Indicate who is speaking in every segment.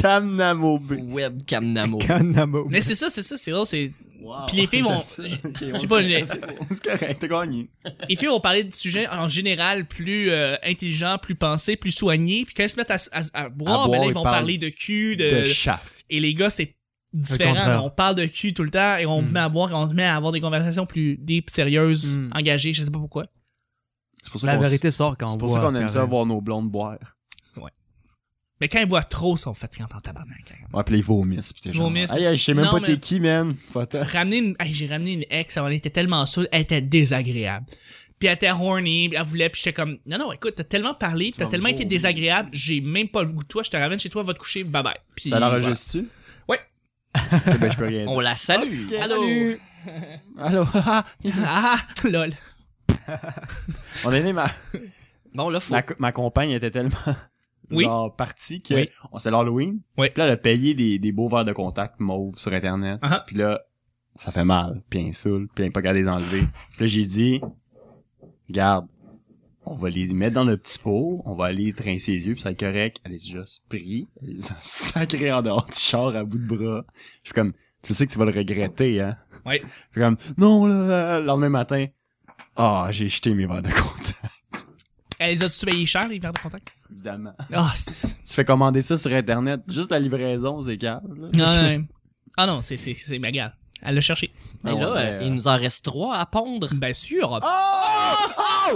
Speaker 1: Cam Namo B.
Speaker 2: Web Cam Namo.
Speaker 1: Cam Namo B.
Speaker 3: Mais c'est ça, c'est ça, c'est drôle. c'est-
Speaker 2: Ah,
Speaker 1: Wow.
Speaker 3: Puis les filles vont-
Speaker 1: Ok, on
Speaker 3: je sais
Speaker 1: le
Speaker 3: pas,
Speaker 1: fait.
Speaker 3: j'ai-
Speaker 1: C'est correct, t'as gagné.
Speaker 3: Les filles vont parler de sujets en général plus euh, intelligents, plus pensés, plus soignés. Puis quand elles se mettent à, à- à boire,
Speaker 2: À
Speaker 3: ben là,
Speaker 2: boire,
Speaker 3: ils
Speaker 2: ils
Speaker 3: vont
Speaker 2: parlent
Speaker 3: parler de cul, de,
Speaker 2: De chaff.
Speaker 3: et les gars, c'est
Speaker 4: Le
Speaker 3: différent.
Speaker 4: contraire.
Speaker 3: On parle de cul tout le temps et on
Speaker 2: Hmm.
Speaker 4: Mm.
Speaker 3: met à boire, et on se met à avoir des conversations plus deep, sérieuses,
Speaker 1: Mm.
Speaker 3: engagées. Je sais pas pourquoi.
Speaker 2: C'est pour ça
Speaker 4: La
Speaker 2: qu'on-
Speaker 4: vérité sort quand on
Speaker 2: C'est
Speaker 4: voit.
Speaker 2: pour ça qu'on aime ça
Speaker 4: carrément.
Speaker 2: voir nos blondes boire.
Speaker 3: Mais quand ils boivent trop, ils sont fatigants en tabarnak.
Speaker 2: Ouais, puis là, ils vomissent. Pis t'es genre,
Speaker 3: Vomissent,
Speaker 2: Aïe,
Speaker 3: puis-
Speaker 2: aïe, je sais même
Speaker 3: Non,
Speaker 2: pas
Speaker 3: mais-
Speaker 2: t'es qui, man. Faut-t'en.
Speaker 3: Ramener une... hey, j'ai ramené une ex, avant, elle était tellement saoule, elle était désagréable. Puis elle était horny, puis elle voulait, puis j'étais comme, non, non, écoute, t'as tellement parlé, puis
Speaker 2: Tu
Speaker 3: t'as
Speaker 2: vas
Speaker 3: tellement
Speaker 2: me
Speaker 3: été
Speaker 2: vomir.
Speaker 3: désagréable, j'ai même pas le goût de toi, je te ramène chez toi, va te coucher, bye bye. Puis,
Speaker 2: Ça l'enregistre-tu?
Speaker 3: Ouais.
Speaker 2: Ok, ben, je peux rien dire.
Speaker 5: On la salue.
Speaker 3: Allô?
Speaker 1: Salut. Allô? ah,
Speaker 3: voilà. Ah, lol.
Speaker 2: On est né, ma,
Speaker 5: Bon, là, faut.
Speaker 2: ma, ma compagne était tellement
Speaker 3: Oui.
Speaker 2: genre, partie que
Speaker 3: Oui.
Speaker 2: on c'est l'Halloween.
Speaker 3: Oui.
Speaker 2: Puis là, elle a payé des, des beaux verres de contact mauve sur Internet.
Speaker 3: Ah ah.
Speaker 2: Puis là, ça fait mal. Puis elle insulte. Puis elle est pas capable de les enlever. Puis là, j'ai dit, regarde, on va les mettre dans le petit pot. On va aller traîner ses yeux. Puis ça va être correct. Elle est juste pris. Elle les a sacrés en dehors du char à bout de bras. Je suis comme, tu sais que tu vas le regretter, hein?
Speaker 3: Oui.
Speaker 2: Je suis comme, non, là, le lendemain matin. Ah, j'ai jeté mes verres de contact.
Speaker 3: Elle les a-tu payé cher, les verres de contact?
Speaker 2: Évidemment.
Speaker 3: Ah, c'est-
Speaker 2: Tu fais commander ça sur Internet. Juste la livraison, c'est cave. là.
Speaker 3: non, non, non. Ah non, c'est, c'est, c'est, ma gare. Elle l'a cherché.
Speaker 5: Mais
Speaker 2: Ah
Speaker 5: là,
Speaker 2: ouais,
Speaker 5: euh,
Speaker 2: mais,
Speaker 5: il
Speaker 2: euh,
Speaker 5: nous en reste trois à pondre.
Speaker 3: Bien sûr.
Speaker 2: Ah,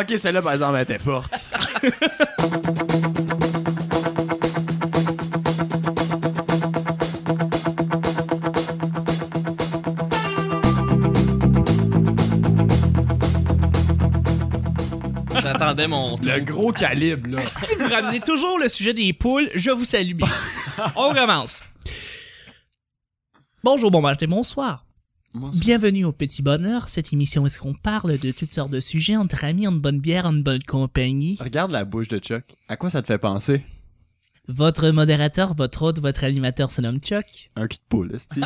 Speaker 2: Ok, celle-là, par exemple, elle était forte.
Speaker 5: J'attendais mon tour.
Speaker 2: Le gros calibre, là.
Speaker 3: Si vous ramenez toujours le sujet des poules, je vous salue bien sûr. On commence. Bonjour, bon matin, bonsoir. Bienvenue au Petit Bonheur. Cette émission où est-ce qu'on parle de toutes sortes de sujets entre amis, en bonne bière, en bonne compagnie.
Speaker 2: Regarde la bouche de Chuck. À quoi ça te fait penser?
Speaker 3: Votre modérateur, votre hôte, votre animateur se nomme Chuck.
Speaker 2: Un cul de poule, esti.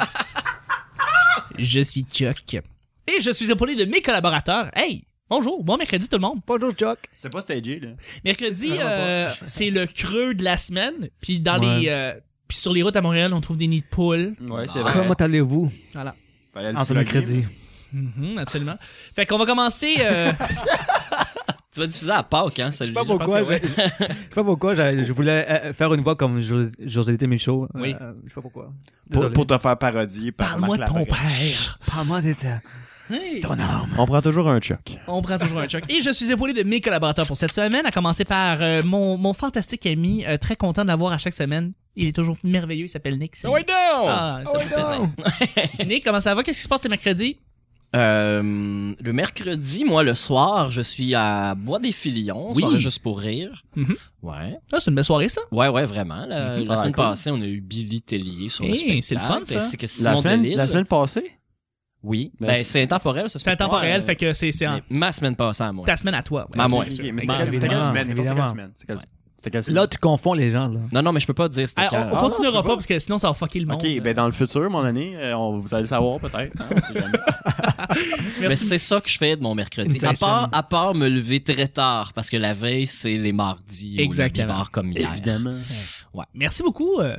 Speaker 3: Je suis Chuck. Et je suis épaulé de mes collaborateurs. Hey, bonjour, bon mercredi tout le monde.
Speaker 4: Bonjour, Chuck.
Speaker 2: C'était pas stagé, là.
Speaker 3: Mercredi,
Speaker 2: Vraiment
Speaker 3: euh, c'est le creux de la semaine. Puis dans
Speaker 4: Ouais.
Speaker 3: les, euh, puis sur les routes à Montréal, on trouve des nids de poules.
Speaker 2: Ouais, c'est
Speaker 5: Ah.
Speaker 2: vrai.
Speaker 4: Comment allez-vous
Speaker 3: Voilà.
Speaker 2: Fallait le
Speaker 4: en ce
Speaker 2: plugger.
Speaker 4: mercredi?
Speaker 3: Mhm, absolument. Fait qu'on va commencer. euh,
Speaker 5: Tu vas diffuser à Pâques, hein,
Speaker 4: Je sais
Speaker 5: celui-là.
Speaker 4: pas
Speaker 3: pense
Speaker 4: pourquoi.
Speaker 3: que oui.
Speaker 4: Je je sais pas pourquoi. j'ai- Je voulais euh, faire une voix comme Jo- José Michaud.
Speaker 3: Oui.
Speaker 4: Euh, Je sais pas pourquoi.
Speaker 2: Pour,
Speaker 4: Désolé.
Speaker 2: pour te faire parodier par
Speaker 3: Parle-moi de
Speaker 2: Marc
Speaker 3: ton
Speaker 2: Labrèche.
Speaker 3: père.
Speaker 4: Parle-moi de ta- ton âme.
Speaker 2: On prend toujours un Chuck.
Speaker 3: On prend toujours un choc. Et je suis épaulé de mes collaborateurs pour cette semaine, à commencer par euh, mon, mon fantastique ami, euh, très content de l'avoir à chaque semaine. Il est toujours merveilleux, il s'appelle Nick. Salut. Ah, ça fait plaisir. Nick, comment ça va? Qu'est-ce qui se passe le mercredi?
Speaker 5: Euh, le mercredi, moi, le soir, je suis à Bois des Filions,
Speaker 3: Oui.
Speaker 5: soirée juste pour rire.
Speaker 3: Mhm.
Speaker 5: Ouais.
Speaker 3: Ah, c'est une belle soirée, ça.
Speaker 5: Ouais, ouais, vraiment. La, la
Speaker 2: Ah,
Speaker 5: semaine
Speaker 2: cool.
Speaker 5: passée, on a eu Billy Tellier sur le
Speaker 3: Hey,
Speaker 5: spectacle.
Speaker 3: c'est le fun, ça.
Speaker 5: ainsi que Simon
Speaker 2: La semaine,
Speaker 5: Delille.
Speaker 2: la semaine passée?
Speaker 5: Oui.
Speaker 2: Ben,
Speaker 5: Ben,
Speaker 2: c'est-
Speaker 5: c'est intemporel, ça.
Speaker 3: C'est intemporel, fait que c'est, c'est en-
Speaker 5: Ma semaine passée à moi.
Speaker 3: ta semaine à toi. ouais.
Speaker 5: Ma moi.
Speaker 2: Ok, ok, mais
Speaker 4: Évidemment,
Speaker 2: c'était quelle semaine? C'était quelle
Speaker 4: évidemment.
Speaker 2: semaine? C'était quelle- C'était quelle semaine?
Speaker 4: Là, tu confonds les gens. Là.
Speaker 5: Non, non, mais je peux pas te dire c'était
Speaker 3: Ah,
Speaker 5: quand.
Speaker 3: on, on
Speaker 2: Ah,
Speaker 3: continuera
Speaker 2: non,
Speaker 3: pas,
Speaker 2: tu peux
Speaker 3: parce que sinon ça va fucker le monde.
Speaker 2: Ok, ben dans le futur, mon année, euh, on, vous allez le savoir peut-être. hein, on sait jamais.
Speaker 5: Mais
Speaker 3: Merci.
Speaker 5: c'est ça que je fais de mon mercredi.
Speaker 3: Ben,
Speaker 5: À
Speaker 3: c'est-
Speaker 5: part, à part me lever très tard, parce que la veille, c'est les mardis.
Speaker 3: Exactement.
Speaker 5: Ou les bars comme hier.
Speaker 2: Évidemment.
Speaker 3: Merci beaucoup euh,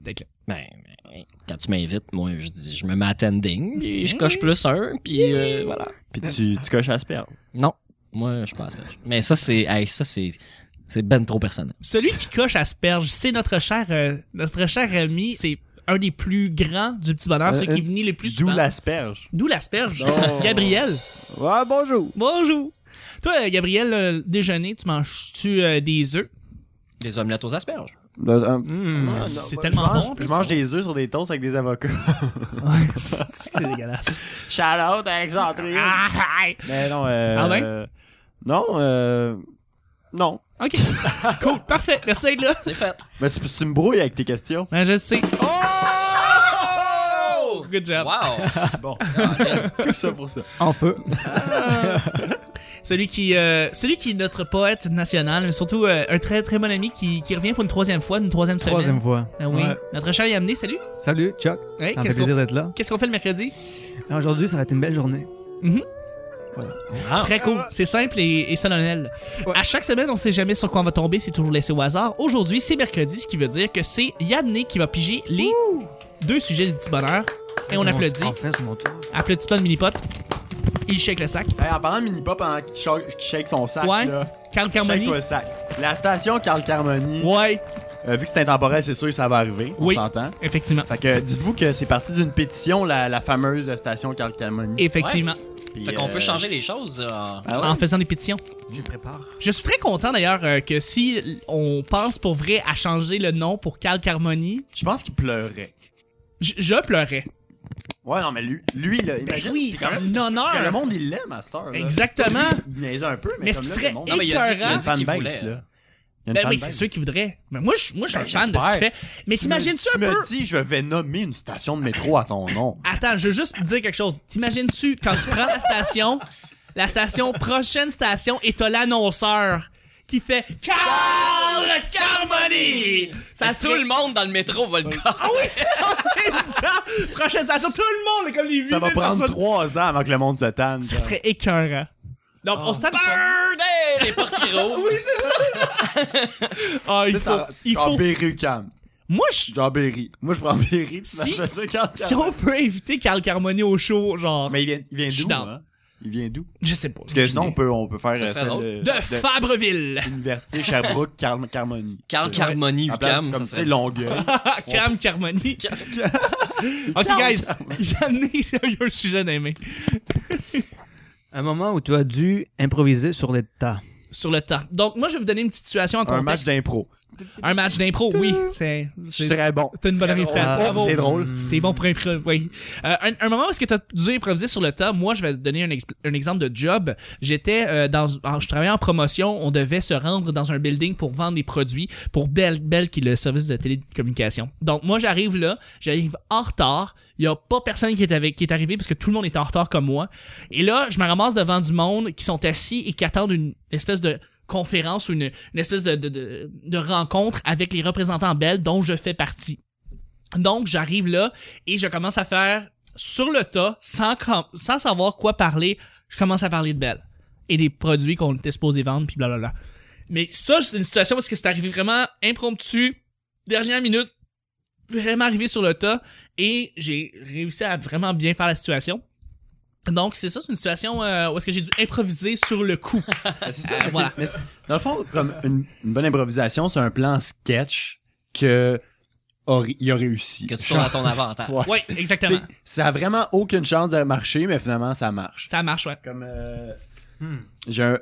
Speaker 3: d'être là.
Speaker 5: Ben, ben, quand tu m'invites, moi, je dis, je me mets à tending, et
Speaker 3: Hein?
Speaker 5: je coche plus un, puis euh, voilà.
Speaker 2: Puis tu, tu coches Asperge.
Speaker 5: Non, moi, je pense pas. Mais ça, c'est, hey, ça, c'est, c'est ben trop personnel.
Speaker 3: Celui qui coche asperge, c'est notre cher, euh, notre cher ami. C'est un des plus grands du petit bonheur,
Speaker 2: Euh,
Speaker 3: ceux qui
Speaker 2: euh,
Speaker 3: venait les plus
Speaker 2: D'où
Speaker 3: souvent.
Speaker 2: l'asperge.
Speaker 3: D'où l'asperge.
Speaker 2: Oh.
Speaker 3: Gabriel,
Speaker 2: Ouais, bonjour.
Speaker 3: bonjour. Toi, euh, Gabriel, euh, déjeuner, tu manges-tu euh, des œufs?
Speaker 5: Des omelettes aux asperges.
Speaker 2: Ah,
Speaker 3: C'est
Speaker 2: non,
Speaker 3: tellement
Speaker 2: je mange,
Speaker 3: bon, en plus.
Speaker 2: Je mange des œufs sur des toasts avec des avocats.
Speaker 3: c'est dégueulasse.
Speaker 2: Shout out Alexandrie.
Speaker 3: Ah, ah,
Speaker 2: Mais non, euh,
Speaker 3: Ah ouais?
Speaker 2: euh, non, euh, non.
Speaker 3: ah. OK. Cool. Parfait. Merci d'être là.
Speaker 5: C'est fait.
Speaker 2: Mais tu, tu me brouilles avec tes questions.
Speaker 3: Ben, je sais. Oh! Good job.
Speaker 5: Wow!
Speaker 4: Ah,
Speaker 2: Bon, tout ça pour ça.
Speaker 4: En feu.
Speaker 3: Celui qui, euh, celui qui est notre poète national, mais surtout euh, un très très bon ami qui, qui revient pour une troisième fois, une troisième semaine.
Speaker 4: Troisième fois.
Speaker 3: Ah oui.
Speaker 4: Ouais.
Speaker 3: Notre cher Yamné, salut.
Speaker 4: Salut, Chuck.
Speaker 3: Hey,
Speaker 4: Ça
Speaker 3: qu'est-ce
Speaker 4: me fait
Speaker 3: qu'on
Speaker 4: plaisir d'être là.
Speaker 3: Qu'est-ce qu'on fait le mercredi?
Speaker 4: Alors, Aujourd'hui, ça va être une belle journée.
Speaker 3: Mhm.
Speaker 4: Voilà.
Speaker 5: Ah.
Speaker 3: Très cool. C'est simple et, et solennel. À chaque semaine, on sait jamais sur quoi on va tomber. C'est toujours laissé au hasard. Aujourd'hui, c'est mercredi, ce qui veut dire que c'est Yannick qui va piger les deux sujets du petit bonheur. Et on
Speaker 4: C'est mon-
Speaker 3: applaudit.
Speaker 4: Enfin, c'est mon tour.
Speaker 3: Applaudit pas de mini-pot. Il shake le sac.
Speaker 2: Hey, en parlant de mini-pop, pendant qu'il sha- qu'il shake son sac,
Speaker 3: Ouais.
Speaker 2: là,
Speaker 3: Carl
Speaker 2: shake
Speaker 3: Carmoni.
Speaker 2: toi le sac. La station Carl Carmoni,
Speaker 3: Ouais,
Speaker 2: euh, vu que c'est intemporel, c'est sûr que ça va arriver.
Speaker 3: Oui.
Speaker 2: On s'entend.
Speaker 3: effectivement.
Speaker 2: Fait que dites-vous que c'est parti d'une pétition, la, la fameuse station Carl Carmoni.
Speaker 3: Effectivement.
Speaker 2: Puis,
Speaker 5: Fait qu'on
Speaker 2: euh,
Speaker 5: peut changer les choses. euh,
Speaker 2: Ah ouais?
Speaker 3: En faisant des pétitions.
Speaker 4: Je prépare.
Speaker 3: Je suis très content d'ailleurs euh, que si l- on pense pour vrai à changer le nom pour Cal Carmoni,
Speaker 2: Je pense qu'il pleurait.
Speaker 3: j- je pleurais.
Speaker 2: Ouais, non, mais lui, lui là, imagine.
Speaker 3: Ben oui, c'est
Speaker 2: Ben quand même-
Speaker 3: un honneur.
Speaker 2: parce que Le monde, il l'aime à cette heure. là.
Speaker 3: Exactement.
Speaker 2: Il niaisait un peu, mais,
Speaker 3: Mais ce
Speaker 2: comme
Speaker 3: qui
Speaker 2: là,
Speaker 3: serait
Speaker 2: le monde-
Speaker 5: Non, mais il a dit- il a
Speaker 2: Il y a une
Speaker 5: dit
Speaker 3: écœurant.
Speaker 5: qu'il
Speaker 2: fanbase,
Speaker 5: voulait.
Speaker 2: là. Il y a une
Speaker 3: Ben oui,
Speaker 2: fanbase.
Speaker 3: c'est ceux qui voudraient. Mais moi, je, moi, je suis
Speaker 2: Ben,
Speaker 3: un fan de ce qu'il
Speaker 2: j'espère.
Speaker 3: fait. Mais t'imagines-tu un
Speaker 2: Tu
Speaker 3: peu.
Speaker 2: me dis, je vais nommer une station de métro à ton nom.
Speaker 3: Attends, je veux juste dire quelque chose. T'imagines-tu quand tu prends la station, la station, prochaine station, et t'as l'annonceur qui fait Carl Carmoni! Ça
Speaker 5: Tout le monde dans le métro va le gars.
Speaker 3: Ah oui, c'est en même temps! Prochaine station, tout le monde, comme les
Speaker 2: Ça va
Speaker 3: 8000
Speaker 2: prendre
Speaker 3: personnes.
Speaker 2: trois ans avant que le monde se tanne.
Speaker 3: Ça serait écœurant. Non,
Speaker 2: Ah.
Speaker 3: on se tape.
Speaker 5: Burn! Les portes qui rouvrent.
Speaker 3: Oui, c'est- Ah, il
Speaker 2: Tu sais,
Speaker 3: faut.
Speaker 2: ça-
Speaker 3: Il
Speaker 2: genre
Speaker 3: faut.
Speaker 2: Berry, Cam.
Speaker 3: Moi, je.
Speaker 2: Genre Berry. Moi, je prends Berry. tu
Speaker 3: Si-
Speaker 2: m'appelles ça Carl
Speaker 3: Si
Speaker 2: Carmoni.
Speaker 3: on peut inviter Carl Carmoni au show, genre.
Speaker 2: Mais il vient, il vient
Speaker 3: Je suis
Speaker 2: d'où,
Speaker 3: down.
Speaker 2: hein? Il vient d'où?
Speaker 3: Je sais pas.
Speaker 2: Parce que sinon, on peut, on peut faire
Speaker 5: Ça
Speaker 2: euh,
Speaker 5: serait
Speaker 2: celle
Speaker 5: drôle.
Speaker 2: de,
Speaker 3: De
Speaker 2: de
Speaker 3: Fabreville!
Speaker 2: Université Sherbrooke Carl Carmoni.
Speaker 5: Carl
Speaker 2: Ouais.
Speaker 5: Carmoni,
Speaker 2: À place, comme
Speaker 5: Lucam, ça
Speaker 2: tu sais,
Speaker 5: serait
Speaker 2: Longueuil.
Speaker 3: Cam Carmoni. ok,
Speaker 2: Cam
Speaker 3: guys, j'ai amené il y a un sujet d'aimer.
Speaker 4: Un moment où tu as dû improviser sur les tas.
Speaker 3: Sur le temps. Donc, moi, je vais vous donner une petite situation en
Speaker 2: Un match
Speaker 3: contexte.
Speaker 2: d'impro.
Speaker 3: Un match d'impro, oui. C'est
Speaker 2: Je suis
Speaker 3: c'est-
Speaker 2: très bon.
Speaker 3: c'est une bonne réflexion.
Speaker 4: Ah,
Speaker 3: Bravo.
Speaker 2: C'est drôle.
Speaker 3: Mm. C'est bon pour improviser, oui. Euh, un, un moment où est-ce que tu as dû improviser sur le tas, moi, je vais te donner un, exp- un exemple de job. J'étais euh, dans... alors, je travaillais en promotion, on devait se rendre dans un building pour vendre des produits pour Bell, Bell qui est le service de télécommunication. Donc, moi, j'arrive là, j'arrive en retard, il y a pas personne qui est, avec, qui est arrivé parce que tout le monde est en retard comme moi. Et là, je me ramasse devant du monde qui sont assis et qui attendent une espèce de conférence ou une, une espèce de, de, de, de rencontre avec les représentants Bell dont je fais partie. Donc, j'arrive là et je commence à faire sur le tas, sans, com- sans savoir quoi parler, je commence à parler de Belle et des produits qu'on était supposé vendre, puis blablabla. Mais ça, c'est une situation parce que c'est arrivé vraiment impromptu, dernière minute, vraiment arrivé sur le tas et j'ai réussi à vraiment bien faire la situation. Donc, c'est ça, c'est une situation euh, où est-ce que j'ai dû improviser sur le coup.
Speaker 2: Ben, c'est ça,
Speaker 3: Euh,
Speaker 2: mais c'est-
Speaker 3: voilà.
Speaker 2: mais c'est- dans le fond, comme une, une bonne improvisation, c'est un plan sketch que aurait- il a réussi.
Speaker 5: que tu tournes à ton avantage.
Speaker 2: Ouais.
Speaker 3: ouais,
Speaker 2: Tu sais,
Speaker 3: exactement.
Speaker 2: ça a vraiment aucune chance de marcher, mais finalement, ça marche.
Speaker 3: Ça marche, ouais.
Speaker 2: Comme j'ai un,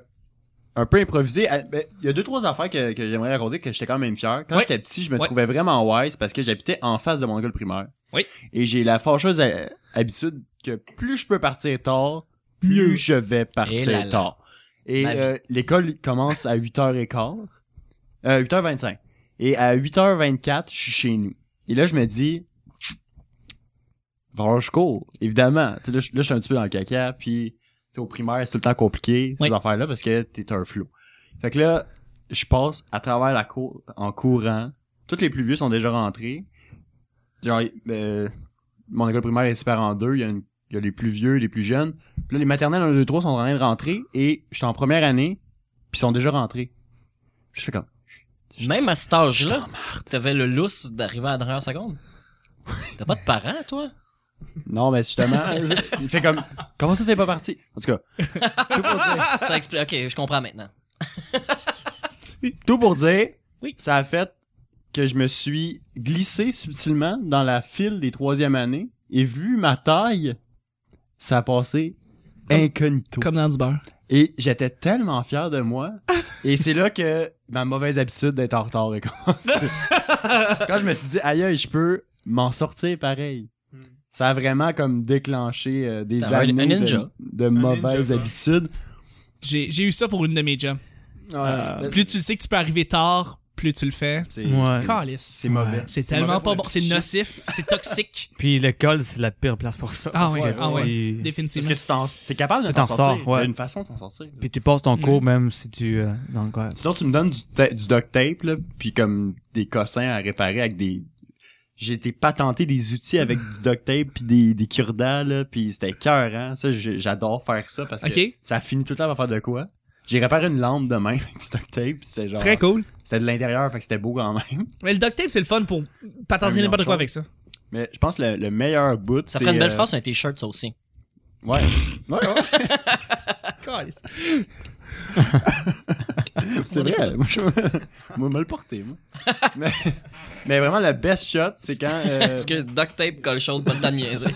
Speaker 2: un peu improvisé. Ah, ben, Il y a deux, trois affaires que, que j'aimerais raconter que j'étais quand même fier. Quand
Speaker 3: Ouais.
Speaker 2: j'étais petit, je me
Speaker 3: Ouais.
Speaker 2: trouvais vraiment wise parce que j'habitais en face de mon école primaire.
Speaker 3: Oui.
Speaker 2: Et j'ai la fâcheuse euh, habitude que plus je peux partir tard, mieux je vais partir
Speaker 5: Et là là.
Speaker 2: tard. Et
Speaker 5: Ma vie.
Speaker 2: euh, l'école commence à 8h15. Euh, 8h25. Et à 8h24, je suis chez nous. Et là, je me dis, Bon, je cours, évidemment. Tu sais, là, je là, je suis un petit peu dans le caca, puis tu sais, au primaire, c'est tout le temps compliqué,
Speaker 3: Oui.
Speaker 2: ces affaires-là, parce que t'es un flou. Fait que là, je passe à travers la cour en courant. Toutes les plus vieux sont déjà rentrés. Genre, euh, mon école primaire est séparée en deux. Il y, a une- il y a les plus vieux, les plus jeunes. Puis là, les maternelles 1, 2, 3 sont en train de rentrer, et je suis en première année, puis ils sont déjà rentrés. Je fais comme,
Speaker 5: Même à cet âge-là, t'avais le lousse d'arriver à la dernière seconde. T'as pas de parents, toi?
Speaker 2: non, mais justement, il fait comme, comment ça t'es pas parti? En tout cas, tout pour dire-
Speaker 5: Ça explique. Ok, je comprends maintenant.
Speaker 2: Tout pour dire,
Speaker 3: Oui.
Speaker 2: ça a fait que je me suis glissé subtilement dans la file des troisième années et vu ma taille, ça a passé incognito.
Speaker 3: Comme dans du beurre.
Speaker 2: Et j'étais tellement fier de moi. et c'est là que ma mauvaise habitude d'être en retard est commencée. Quand je me suis dit, aïe, aïe, je peux m'en sortir pareil. Ça a vraiment comme déclenché euh, des
Speaker 5: T'as un- un
Speaker 2: années de-
Speaker 5: ninja.
Speaker 2: de, mauvaises
Speaker 4: ninja.
Speaker 2: habitudes.
Speaker 3: J'ai j'ai eu ça pour une de mes jobs.
Speaker 2: Ah,
Speaker 3: Plus tu sais que tu peux arriver tard, plus tu le fais.
Speaker 2: c'est
Speaker 4: Ouais.
Speaker 3: Calice.
Speaker 2: c'est mauvais.
Speaker 3: C'est
Speaker 2: C'est
Speaker 3: tellement
Speaker 2: mauvais pour
Speaker 3: pas
Speaker 2: la
Speaker 3: bon, c'est
Speaker 2: psyché.
Speaker 3: nocif, c'est toxique,
Speaker 4: Puis l'école, c'est la pire place pour ça.
Speaker 3: Ah
Speaker 4: parce
Speaker 3: ouais,
Speaker 4: que
Speaker 3: ah ouais.
Speaker 4: tu-
Speaker 2: Parce
Speaker 3: définitivement.
Speaker 2: que tu t'en, t'es capable de
Speaker 4: Tu
Speaker 2: t'en
Speaker 4: t'en
Speaker 2: sortir.
Speaker 4: sors, ouais.
Speaker 2: T'as une façon de t'en sortir.
Speaker 4: Puis tu passes ton cours même si tu... euh, dans le quoi.
Speaker 2: Sinon, tu me donnes du, ta- du duct tape, là, puis comme des cossins à réparer avec des... j'ai été patenté des outils avec du duct tape puis des, des cure-dents, là, puis c'était cœur, hein. Ça, j'ai- j'adore faire ça parce que
Speaker 3: Ok.
Speaker 2: ça finit tout le temps par faire de quoi. J'ai réparé une lampe de même avec du duct tape, pis c'était genre,
Speaker 3: Très cool.
Speaker 2: c'était de l'intérieur, fait que c'était beau quand même.
Speaker 3: Mais le duct tape, c'est le fun pour patenter
Speaker 2: Un
Speaker 3: n'importe
Speaker 2: million de
Speaker 3: quoi avec ça.
Speaker 2: Mais je pense que le, le meilleur bout,
Speaker 5: Ça
Speaker 2: c'est,
Speaker 5: ferait une belle
Speaker 2: euh,
Speaker 5: phrase sur un t-shirt, ça aussi.
Speaker 2: Ouais. Ouais, ouais. C'est vrai. Moi, je moi, me le porter, moi. mais, mais vraiment, le best shot, c'est quand. euh,
Speaker 5: Parce que duct tape, colle chaude, pas de temps de niaiser.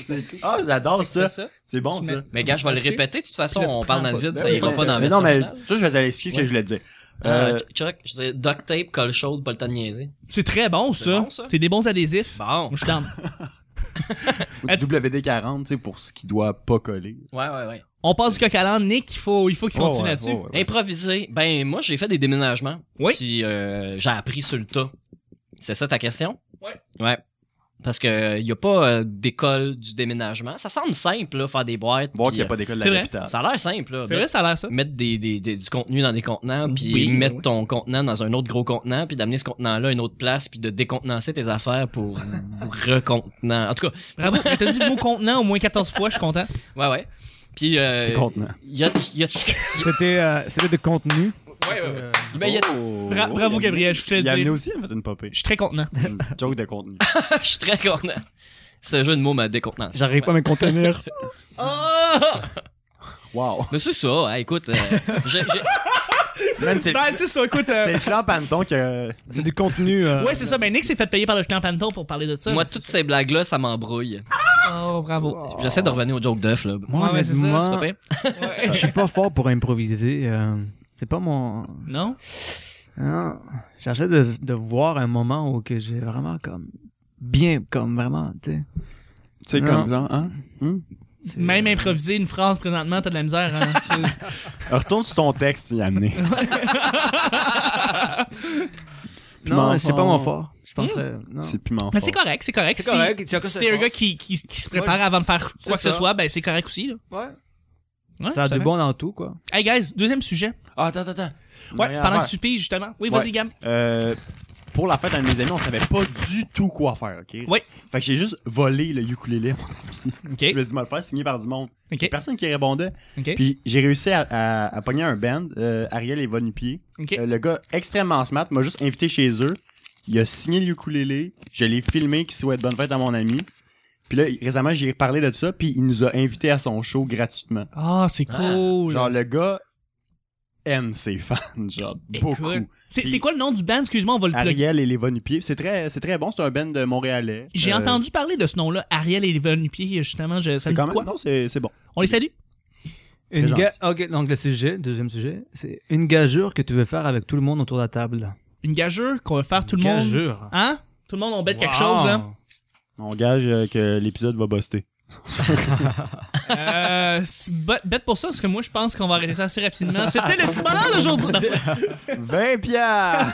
Speaker 2: c'est- Ah, j'adore ça.
Speaker 3: ça.
Speaker 2: C'est bon,
Speaker 3: Tu
Speaker 2: ça.
Speaker 3: mets-
Speaker 5: Mais gars, je vais le
Speaker 3: Là-dessus.
Speaker 5: répéter. De toute façon,
Speaker 3: Puis là, tu
Speaker 5: on
Speaker 3: prends
Speaker 5: parle dans
Speaker 3: la
Speaker 5: le vide,
Speaker 2: Ben
Speaker 5: ça
Speaker 2: oui,
Speaker 5: ira
Speaker 2: mais-
Speaker 5: pas dans le
Speaker 2: mais
Speaker 5: vide.
Speaker 2: Non,
Speaker 5: ça,
Speaker 2: mais
Speaker 5: finalement.
Speaker 2: ça, je vais t'expliquer ce que je voulais te dire.
Speaker 5: Euh,
Speaker 2: Euh,
Speaker 5: check, je disais duct tape, colle chaude, pas le temps de niaiser.
Speaker 3: C'est très bon,
Speaker 5: C'est
Speaker 3: ça.
Speaker 5: bon, ça.
Speaker 3: C'est des bons adhésifs.
Speaker 5: Bon.
Speaker 3: Moi, je suis down.
Speaker 2: ou
Speaker 3: est-ce-
Speaker 2: du WD-40, tu sais, pour ce qui doit pas coller.
Speaker 5: Ouais, ouais, ouais.
Speaker 3: On passe du coq à l'âne, Nick. Il faut, il faut
Speaker 4: Oh,
Speaker 3: qu'il
Speaker 2: Ouais,
Speaker 3: continue
Speaker 2: ouais,
Speaker 3: là-dessus.
Speaker 2: ouais, ouais.
Speaker 5: Improviser. Ben, moi, j'ai fait des déménagements.
Speaker 3: Oui.
Speaker 5: Puis, euh, j'ai appris sur le tas. C'est ça ta question?
Speaker 3: Ouais.
Speaker 5: Ouais. Parce que il n'y a pas euh, d'école du déménagement. Ça semble simple, là, faire des boîtes.
Speaker 2: Voir
Speaker 5: puis,
Speaker 2: qu'il n'y a pas d'école de
Speaker 3: c'est
Speaker 2: la
Speaker 3: vrai.
Speaker 2: capitale.
Speaker 5: euh, Ça a l'air simple, là.
Speaker 3: C'est
Speaker 5: Mais-
Speaker 3: vrai, ça a l'air ça.
Speaker 5: mettre des, des- des- du contenu dans des contenants, puis
Speaker 3: Oui,
Speaker 5: mettre
Speaker 3: oui.
Speaker 5: ton contenant dans un autre gros contenant, puis d'amener ce contenant-là à une autre place, puis de décontenancer tes affaires pour recontenant. En tout cas,
Speaker 3: Bravo. Mais T'as dit le mot contenant au moins 14 fois, je suis content.
Speaker 5: ouais, ouais. Puis, euh,
Speaker 2: C'est contenant.
Speaker 5: il y a, il y a-
Speaker 4: C'était euh, c'était de contenu.
Speaker 5: Ouais, ouais, ouais. Ben, il y a-
Speaker 3: Bra- bravo, Gabriel, je te le
Speaker 2: Oh. Il y a
Speaker 3: dis.
Speaker 2: amené aussi, en fait, une popée.
Speaker 3: Je suis très content.
Speaker 2: Une joke de contenu.
Speaker 5: je suis très content. Ce jeu de mots m'a décontenancé.
Speaker 4: J'arrive pas à me contenir.
Speaker 5: Ah!
Speaker 2: Wow.
Speaker 5: Mais c'est ça, hein, écoute. euh, j'ai- j'ai-
Speaker 2: Man, c'est
Speaker 3: Ben, c'est ça, écoute. euh,
Speaker 2: c'est le clan Panton que.
Speaker 4: C'est du contenu. euh,
Speaker 3: Ouais, c'est ça. Ben, Nick s'est fait payer par le clan Panton pour parler de ça.
Speaker 5: moi,
Speaker 3: mais
Speaker 5: toutes
Speaker 3: c'est
Speaker 5: ces blagues-là, ça m'embrouille.
Speaker 3: ça. Oh, Ah. bravo.
Speaker 5: J'essaie de revenir au joke d'œuf, là.
Speaker 4: Moi,
Speaker 3: Ouais, ouais, c'est ça.
Speaker 4: honnêtement,
Speaker 5: C'est pas pire?
Speaker 4: je suis pas fort pour improviser. euh, c'est pas mon.
Speaker 3: Non?
Speaker 4: Non. J'essaie de, de voir un moment où que j'ai vraiment comme bien comme vraiment tu sais
Speaker 2: Tu sais,
Speaker 4: Non.
Speaker 2: comme genre, hein?
Speaker 4: C'est-
Speaker 3: Même improviser une phrase présentement, t'as de la misère. hein. Tu-
Speaker 2: Retourne sur ton texte, il a amené.
Speaker 4: non c'est pas
Speaker 2: Piment
Speaker 4: mon
Speaker 2: fort.
Speaker 4: fort je pense que non
Speaker 2: C'est piment.
Speaker 3: Mais
Speaker 2: fort.
Speaker 3: c'est correct, c'est correct.
Speaker 4: C'est
Speaker 3: Si-
Speaker 4: correct, tu as que
Speaker 3: Si
Speaker 4: ce
Speaker 3: t'es un
Speaker 4: soir.
Speaker 3: gars qui, qui, qui se prépare avant de faire quoi que
Speaker 4: ça.
Speaker 3: ce soit, ben c'est correct aussi. Là.
Speaker 4: ouais
Speaker 3: Ouais,
Speaker 4: ça a
Speaker 3: tout à
Speaker 4: du
Speaker 3: fait.
Speaker 4: bon dans tout quoi
Speaker 3: Hey guys, deuxième sujet.
Speaker 2: Ah, attends, attends, attends.
Speaker 3: Ouais,
Speaker 2: Dernière
Speaker 3: pendant
Speaker 2: affaire.
Speaker 3: que tu piges justement. Oui,
Speaker 2: Ouais.
Speaker 3: vas-y, Gam.
Speaker 2: Euh, pour la fête d'un de mes amis, on savait pas du tout quoi faire, ok?
Speaker 3: Ouais.
Speaker 2: Fait que j'ai juste volé le ukulélé.
Speaker 3: Ok.
Speaker 2: Je lui ai dit, me le faire signer par du monde.
Speaker 3: Ok.
Speaker 2: Y a Personne qui répondait.
Speaker 3: Ok.
Speaker 2: Puis j'ai réussi à, à, à pogner un band, euh, Ariel et Von Pied.
Speaker 3: Ok.
Speaker 2: Euh, le gars extrêmement smart m'a juste invité chez eux. Il a signé le ukulélé. Je l'ai filmé qu'il souhaite bonne fête à mon ami. Puis là, récemment, j'ai parlé de ça. Puis il nous a invités à son show gratuitement.
Speaker 3: Ah, c'est cool.
Speaker 2: Genre, le gars aime ses fans, genre,
Speaker 3: Écoute,
Speaker 2: beaucoup.
Speaker 3: C'est
Speaker 2: Puis-
Speaker 3: c'est quoi le nom du band? Excuse-moi, on va le plugger.
Speaker 2: Ariel et les Vonupiers. C'est très, c'est très bon, c'est un band de Montréalais.
Speaker 3: J'ai
Speaker 2: Euh,
Speaker 3: entendu parler de ce nom-là, Ariel et les pieds justement. Je,
Speaker 2: C'est
Speaker 3: ça me
Speaker 2: quand
Speaker 3: dit
Speaker 2: même.
Speaker 3: quoi?
Speaker 2: Non, c'est c'est bon.
Speaker 3: On les salue?
Speaker 4: une
Speaker 2: gentil.
Speaker 4: ga- ok donc le sujet deuxième sujet c'est une gageure que tu veux faire avec tout le monde autour de la table
Speaker 3: Une gageure qu'on va faire tout le monde.
Speaker 4: gageure
Speaker 3: Hein? Tout le monde, on bête quelque
Speaker 4: Wow.
Speaker 3: chose, hein. là.
Speaker 2: On gage euh, que l'épisode va buster.
Speaker 3: Euh, c'est bête bête pour ça, parce que moi, je pense qu'on va arrêter ça assez rapidement. C'était le petit bonheur d'aujourd'hui.
Speaker 2: 20 pierres!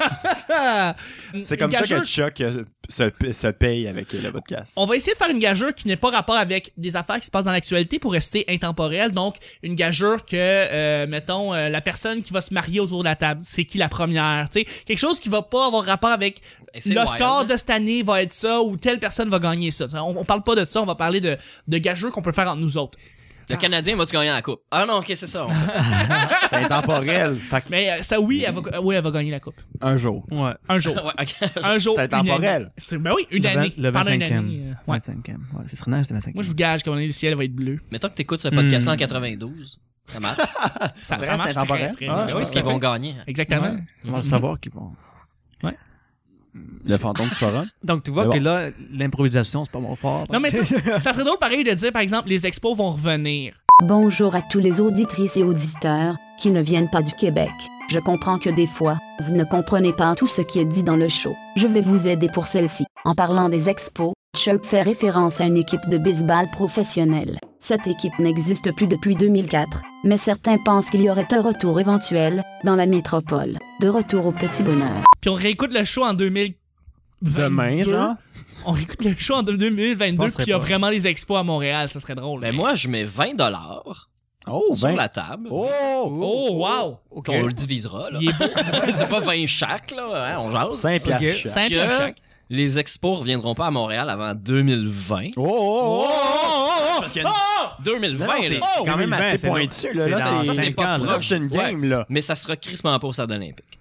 Speaker 2: C'est
Speaker 3: Une
Speaker 2: comme
Speaker 3: gageure-
Speaker 2: ça que Chuck euh, se, se paye avec euh, le podcast.
Speaker 3: On va essayer de faire une gageure qui n'ait pas rapport avec des affaires qui se passent dans l'actualité pour rester intemporelle. Donc, une gageure que, euh, mettons, euh, la personne qui va se marier autour de la table, c'est qui la première? Tu sais, quelque chose qui va pas avoir rapport avec
Speaker 5: Et c'est
Speaker 3: le
Speaker 5: wild.
Speaker 3: score de cette année va être ça ou telle personne va gagner ça. On, on parle pas de ça, on va parler de, de gageures qu'on peut faire entre nous autres.
Speaker 5: Le Canadien va-tu gagner la coupe? Ah non, ok, c'est ça. on fait.
Speaker 2: C'est intemporel. fait que
Speaker 3: Mais euh, ça, oui elle, va, oui, elle va gagner la coupe.
Speaker 2: un jour.
Speaker 4: ouais
Speaker 3: Un jour.
Speaker 5: Ouais, ok.
Speaker 3: Un jour.
Speaker 2: C'est
Speaker 3: une
Speaker 2: intemporel.
Speaker 3: année. C'est- Ben oui, une
Speaker 4: Le vingt-
Speaker 3: année.
Speaker 4: le
Speaker 3: Pendant une
Speaker 4: 25e.
Speaker 3: année. euh, ouais.
Speaker 4: 25e ouais ce serait nice le 25e
Speaker 3: Moi, je vous gage qu'à un moment donné, le ciel va être bleu.
Speaker 5: Mettons que t'écoutes ce podcast
Speaker 4: Hmm.
Speaker 5: en 92. Ça marche.
Speaker 3: Ça,
Speaker 2: vrai, c'est
Speaker 3: ça marche très,
Speaker 2: intemporel?
Speaker 3: très
Speaker 4: Ah,
Speaker 3: bien.
Speaker 5: oui,
Speaker 3: Oui,
Speaker 5: parce qu'ils
Speaker 3: tout à
Speaker 5: vont
Speaker 3: fait.
Speaker 5: gagner.
Speaker 3: Exactement.
Speaker 4: Ouais. on va le savoir qu'ils vont
Speaker 2: Le fantôme du forum.
Speaker 4: donc tu vois
Speaker 2: Mais
Speaker 4: que là l'improvisation c'est pas mon fort
Speaker 3: Non, mais tu sais, ça serait drôle pareil de dire, par exemple, les expos vont revenir.
Speaker 6: Bonjour à tous les auditrices et auditeurs qui ne viennent pas du Québec. Je comprends que des fois, vous ne comprenez pas tout ce qui est dit dans le show. Je vais vous aider pour celle-ci. En parlant des expos, Chuck fait référence à une équipe de baseball professionnelle. Cette équipe n'existe plus depuis 2004, mais certains pensent qu'il y aurait un retour éventuel dans la métropole. De retour au petit bonheur.
Speaker 3: Puis on réécoute le show en 2022.
Speaker 2: Demain, genre.
Speaker 3: On réécoute le show en
Speaker 4: Je
Speaker 3: 2022,
Speaker 4: penserais
Speaker 3: puis il y a
Speaker 4: pas.
Speaker 5: Ben,
Speaker 3: vraiment les expos à Montréal, ça serait drôle.
Speaker 5: Mais moi, je mets 20 dollars
Speaker 2: Oh,
Speaker 5: sur
Speaker 2: ben.
Speaker 5: la table.
Speaker 2: Oh,
Speaker 3: Oh, wow!
Speaker 4: OK.
Speaker 5: On le divisera, là.
Speaker 3: Il est beau.
Speaker 5: c'est pas 20 chaque, là, hein, on jase.
Speaker 2: 5 piastres
Speaker 4: Ok.
Speaker 2: chaque.
Speaker 3: Simple
Speaker 5: Que
Speaker 3: choc.
Speaker 5: Les expos reviendront pas à Montréal avant 2020.
Speaker 2: Oh, oh, oh, oh,
Speaker 5: Parce qu'il y a une- 2020, là.
Speaker 2: oh, quand même
Speaker 4: 2020,
Speaker 2: assez
Speaker 4: c'est long.
Speaker 2: pointu, là.
Speaker 4: C'est
Speaker 2: Là,
Speaker 5: dans
Speaker 2: c'est-
Speaker 5: cinq
Speaker 2: c'est
Speaker 5: ans,
Speaker 2: pas
Speaker 5: là.
Speaker 2: proche d'une game, là.
Speaker 5: Mais ça sera crissement pas au Stade olympique.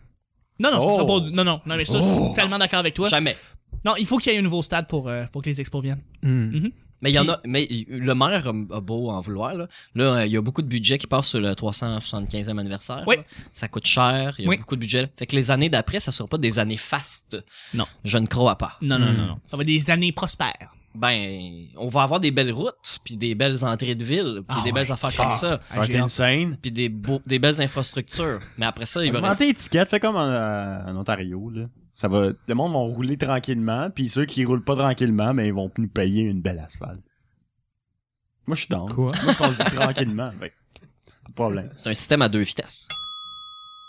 Speaker 3: Non, non, ça sera
Speaker 2: Oh.
Speaker 3: pas- Non, non, non, mais ça, je suis tellement d'accord avec toi.
Speaker 5: Jamais.
Speaker 3: Non, il faut qu'il y ait un nouveau stade pour, euh, pour que les expos viennent.
Speaker 4: Hmm.
Speaker 5: Mais il y en a, mais il- le maire a a beau en vouloir, là. Là, euh, il y a beaucoup de budget qui passe sur le 375e anniversaire.
Speaker 3: Oui.
Speaker 5: là. Ça coûte cher, il y a
Speaker 3: Oui.
Speaker 5: beaucoup de budget. Fait que les années d'après, ça sera pas des années fastes.
Speaker 3: Non.
Speaker 5: Je ne crois pas.
Speaker 3: Non, non, non, non. Hmm. Ça va être des années prospères.
Speaker 5: Ben, on va avoir des belles routes, puis des belles entrées de ville, puis
Speaker 3: Ah
Speaker 5: des belles affaires comme
Speaker 2: Ça
Speaker 5: ça,
Speaker 2: va être insane.
Speaker 5: puis des, beaux- des belles infrastructures. Mais après ça, il va
Speaker 2: Augmenter
Speaker 5: rester...
Speaker 2: les tickets, fais comme en, euh, en Ontario, là. Ça va, le monde vont rouler tranquillement, puis ceux qui roulent pas tranquillement, mais ils vont nous payer une belle asphalte. Moi, je suis dans.
Speaker 4: Quoi?
Speaker 2: Moi, je conduis tranquillement. fait que Pas de problème.
Speaker 5: C'est un système à deux vitesses.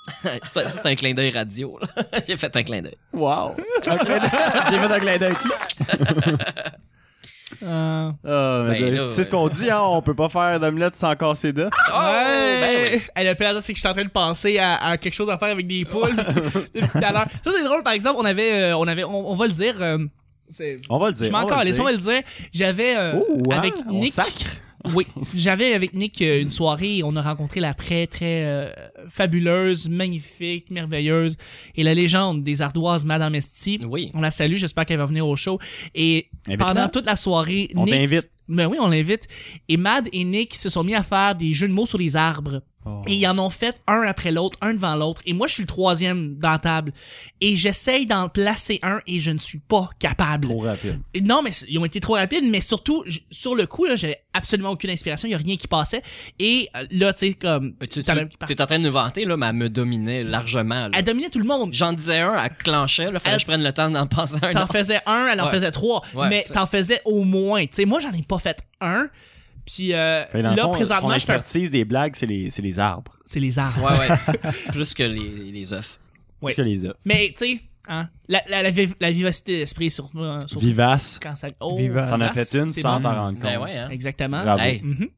Speaker 5: c'est un- ça, c'est un clin d'œil radio. là. J'ai fait un clin d'œil.
Speaker 2: Wow! Un clin d'œil. J'ai fait un clin d'œil. clic.
Speaker 3: Euh...
Speaker 2: Ah, mais
Speaker 5: Ben,
Speaker 2: de-
Speaker 5: là,
Speaker 2: c'est ce qu'on dit, hein, on peut pas faire d'omelette sans casser d'œuf.
Speaker 5: Oh, ben oui.
Speaker 3: Hey, le pire là-dedans, c'est que je suis en train de penser à, à quelque chose à faire avec des poules depuis tout à l'heure. Ça, c'est drôle, par exemple, on avait. euh, on, avait on, on va le dire. euh, c'est-
Speaker 2: On va le dire.
Speaker 3: je m'en
Speaker 2: on va le
Speaker 3: calisse,
Speaker 2: dire.
Speaker 3: on va le dire. J'avais euh,
Speaker 2: Oh, ouais,
Speaker 3: avec
Speaker 2: on
Speaker 3: Nick.
Speaker 2: sacre.
Speaker 3: Oui, j'avais avec Nick euh, une soirée. On a rencontré la très, très euh, fabuleuse, magnifique, merveilleuse et la légende des ardoises, Madame Esti.
Speaker 5: Oui.
Speaker 3: On la salue, j'espère qu'elle va venir au show. Et
Speaker 2: Invite-la.
Speaker 3: pendant toute la soirée,
Speaker 2: On
Speaker 3: Nick.
Speaker 2: t'invite.
Speaker 3: Ben oui, on l'invite. Et Mad et Nick se sont mis à faire des jeux de mots sur les arbres.
Speaker 2: Oh.
Speaker 3: Et ils en ont fait un après l'autre, un devant l'autre. Et moi, je suis le troisième dans la table. Et j'essaye d'en placer un et je ne suis pas capable.
Speaker 2: Trop rapide.
Speaker 3: Et Non, mais c- ils ont été trop rapides, mais surtout, j- sur le coup, là, j'avais absolument aucune inspiration, il y a rien qui passait. Et euh, là, tu sais, comme.
Speaker 5: Euh, Tu, tu-
Speaker 3: t'en as qui
Speaker 5: t'es
Speaker 3: partent.
Speaker 5: en train de nous vanter, là, mais elle me dominait largement. là.
Speaker 3: Elle dominait tout le monde.
Speaker 5: J'en disais un, elle clenchait, là, fallait
Speaker 3: Elle-
Speaker 5: que je prenne le temps d'en penser un
Speaker 3: T'en
Speaker 5: autre.
Speaker 3: faisais un, elle en
Speaker 5: Ouais.
Speaker 3: faisait trois.
Speaker 5: Ouais,
Speaker 3: mais
Speaker 5: c'est-
Speaker 3: t'en faisais au moins. Tu sais, moi, j'en ai pas fait un. Puis euh,
Speaker 2: Fait, dans le
Speaker 3: là,
Speaker 2: fond, son
Speaker 3: présentement, je suis un-
Speaker 2: expertise des blagues, c'est les, c'est les arbres.
Speaker 3: C'est les arbres.
Speaker 5: Ouais, ouais. Plus que les, les œufs.
Speaker 3: Oui.
Speaker 2: Plus que les œufs.
Speaker 3: Mais, tu sais, hein, la, la, la, viv- la vivacité d'esprit, sur, euh, surtout
Speaker 2: Vivace.
Speaker 3: quand ça. Oh,
Speaker 4: Vivace.
Speaker 2: T'en as
Speaker 3: vivace,
Speaker 2: fait une
Speaker 3: c'est
Speaker 2: sans
Speaker 3: bon.
Speaker 2: t'en rendre compte.
Speaker 5: Ben ouais, hein.
Speaker 3: Exactement.
Speaker 2: Bravo.
Speaker 5: Hey,
Speaker 3: Mhm.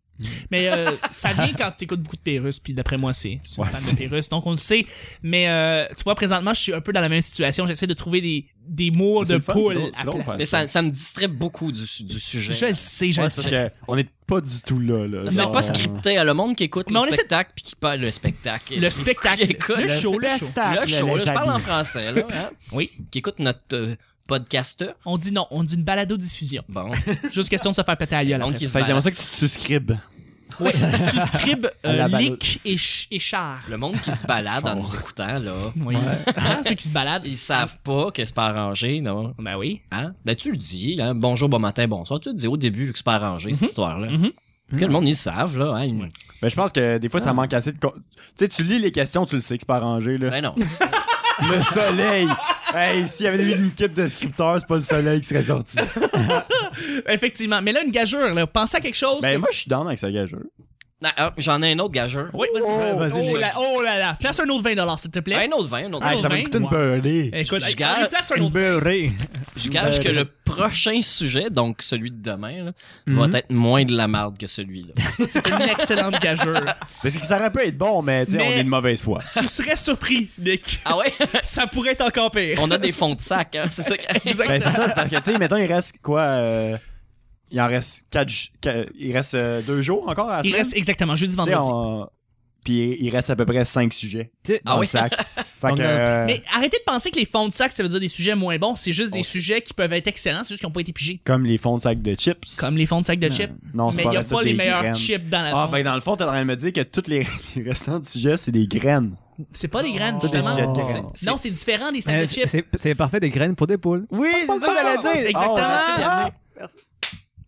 Speaker 3: Mais euh, ça vient quand tu écoutes beaucoup de Pérus, puis d'après moi, c'est c'est une
Speaker 2: Ouais,
Speaker 3: fan de
Speaker 2: c'est-
Speaker 3: Pérus, donc on le sait. Mais euh, tu vois, présentement, je suis un peu dans la même situation. J'essaie de trouver des, des mots
Speaker 2: C'est
Speaker 3: de
Speaker 2: le fun, c'est
Speaker 3: poule
Speaker 2: drôle, c'est
Speaker 3: à
Speaker 2: drôle de
Speaker 3: placer.
Speaker 5: mais ça, ça me distrait beaucoup du, su- du sujet.
Speaker 3: Je le sais, je
Speaker 2: Ouais,
Speaker 3: le
Speaker 2: parce
Speaker 3: sais.
Speaker 2: que on n'est pas du tout là. là.
Speaker 5: C'est
Speaker 2: Genre,
Speaker 5: pas scripté. à Le monde qui écoute
Speaker 3: Mais on
Speaker 5: le
Speaker 3: essaie-
Speaker 5: spectacle puis qui parle le spectacle.
Speaker 3: Le spectacle.
Speaker 5: Qui écoute
Speaker 3: Le
Speaker 5: le
Speaker 3: show, le
Speaker 5: spectacle. Le show. là, je parle en français, là. Hein?
Speaker 3: Oui.
Speaker 5: Qui écoute notre euh, podcaster.
Speaker 3: On dit non, on dit une balado-diffusion.
Speaker 5: Bon.
Speaker 3: Juste question de se faire péter à la gueule.
Speaker 5: Donc,
Speaker 3: après
Speaker 5: il
Speaker 2: Fait
Speaker 5: se
Speaker 3: ça.
Speaker 2: que j'aimerais
Speaker 5: balade.
Speaker 2: ça que tu te suscribes.
Speaker 3: Ouais, Suscribe
Speaker 2: À la
Speaker 3: euh,
Speaker 2: balado-
Speaker 3: Lick et, Ch- et Char.
Speaker 5: Le monde qui se balade en nous écoutant, là.
Speaker 3: Oui. Hein, ceux qui se baladent.
Speaker 5: Ils savent pas que c'est pas arrangé, non?
Speaker 3: Ben oui.
Speaker 5: Hein? Ben, tu le dis, hein? Bonjour, bon matin, bonsoir. Tu le dis au début, vu que c'est pas arrangé, cette histoire-là.
Speaker 3: Mhm.
Speaker 5: Que le monde, ils le savent, là. Hein? Ils-
Speaker 2: Mais je pense que des fois, ça manque assez de. con- Tu sais, tu lis les questions, tu le sais que c'est pas arrangé. Là.
Speaker 5: Ben non.
Speaker 2: Le soleil! hey, s'il y avait eu une équipe de scripteurs, c'est pas le soleil qui serait sorti.
Speaker 3: Effectivement. Mais là, une gageure, là. Pensez à quelque chose. que-
Speaker 2: ben, moi, je suis down avec ce gageur.
Speaker 5: Non, ah, J'en ai un autre gageur.
Speaker 3: Oui, vas-y.
Speaker 4: vas-y,
Speaker 3: oh,
Speaker 4: vas-y.
Speaker 3: là, oh là là. Place un autre 20 s'il te plaît.
Speaker 5: Un autre vin, un autre
Speaker 3: Ah,
Speaker 5: vin.
Speaker 2: Hey, ça va
Speaker 3: vin,
Speaker 2: coûter une
Speaker 3: moi.
Speaker 2: beurrée.
Speaker 3: Écoute,
Speaker 5: je
Speaker 3: hey,
Speaker 5: gage-
Speaker 3: on lui place un
Speaker 4: Une
Speaker 3: autre
Speaker 4: beurrée.
Speaker 5: Je gage que le prochain sujet, donc celui de demain, là,
Speaker 4: Mhm.
Speaker 5: va être moins de la marde que celui-là.
Speaker 3: Ça, c'est une excellente gageure.
Speaker 2: Parce que ça aurait pu être bon, mais tu sais,
Speaker 3: Mais-
Speaker 2: on est de mauvaise foi.
Speaker 3: tu serais surpris, Nick.
Speaker 5: Ah ouais?
Speaker 3: Ça pourrait être encore pire.
Speaker 5: On a des fonds de sac, hein? C'est ça que-
Speaker 3: Exact.
Speaker 2: Ben, c'est ça, c'est parce que, tu sais, mettons, il reste quoi? euh, il en reste quatre. ju- qua- Il reste euh, deux jours encore à la
Speaker 3: Il
Speaker 2: semaine?
Speaker 3: reste exactement jeudi,
Speaker 2: Tu sais,
Speaker 3: vendredi.
Speaker 2: on- Puis il reste à peu près cinq sujets dans
Speaker 5: Ah
Speaker 2: le
Speaker 5: oui?
Speaker 2: sac. Fait
Speaker 4: On
Speaker 2: que,
Speaker 4: a-
Speaker 2: euh,
Speaker 3: Mais arrêtez de penser que les fonds de sac, ça veut dire des sujets moins bons. C'est juste des
Speaker 2: On-
Speaker 3: sujets qui peuvent être excellents, c'est juste qu'ils n'ont pas été pigés.
Speaker 2: Comme les fonds de sac de chips.
Speaker 3: Comme les fonds de sac de chips.
Speaker 2: Non, c'est
Speaker 3: mais
Speaker 2: pas
Speaker 3: il n'y a
Speaker 2: resté
Speaker 3: pas les
Speaker 2: des
Speaker 3: meilleurs
Speaker 2: graines.
Speaker 3: chips dans la
Speaker 2: Ah,
Speaker 3: fonte.
Speaker 2: fait que dans le fond, t'as rien de me dire que tous les, les restants de sujets, c'est des graines.
Speaker 3: C'est pas des graines,
Speaker 2: Tous les
Speaker 3: justement.
Speaker 2: sujets de
Speaker 4: C'est-
Speaker 2: graines.
Speaker 3: Non, c'est différent des sacs
Speaker 4: Euh,
Speaker 3: de chips.
Speaker 4: C'est c'est parfait des graines pour des poules.
Speaker 2: Oui, c'est ça que j'allais dire. Ah!
Speaker 3: Exactement.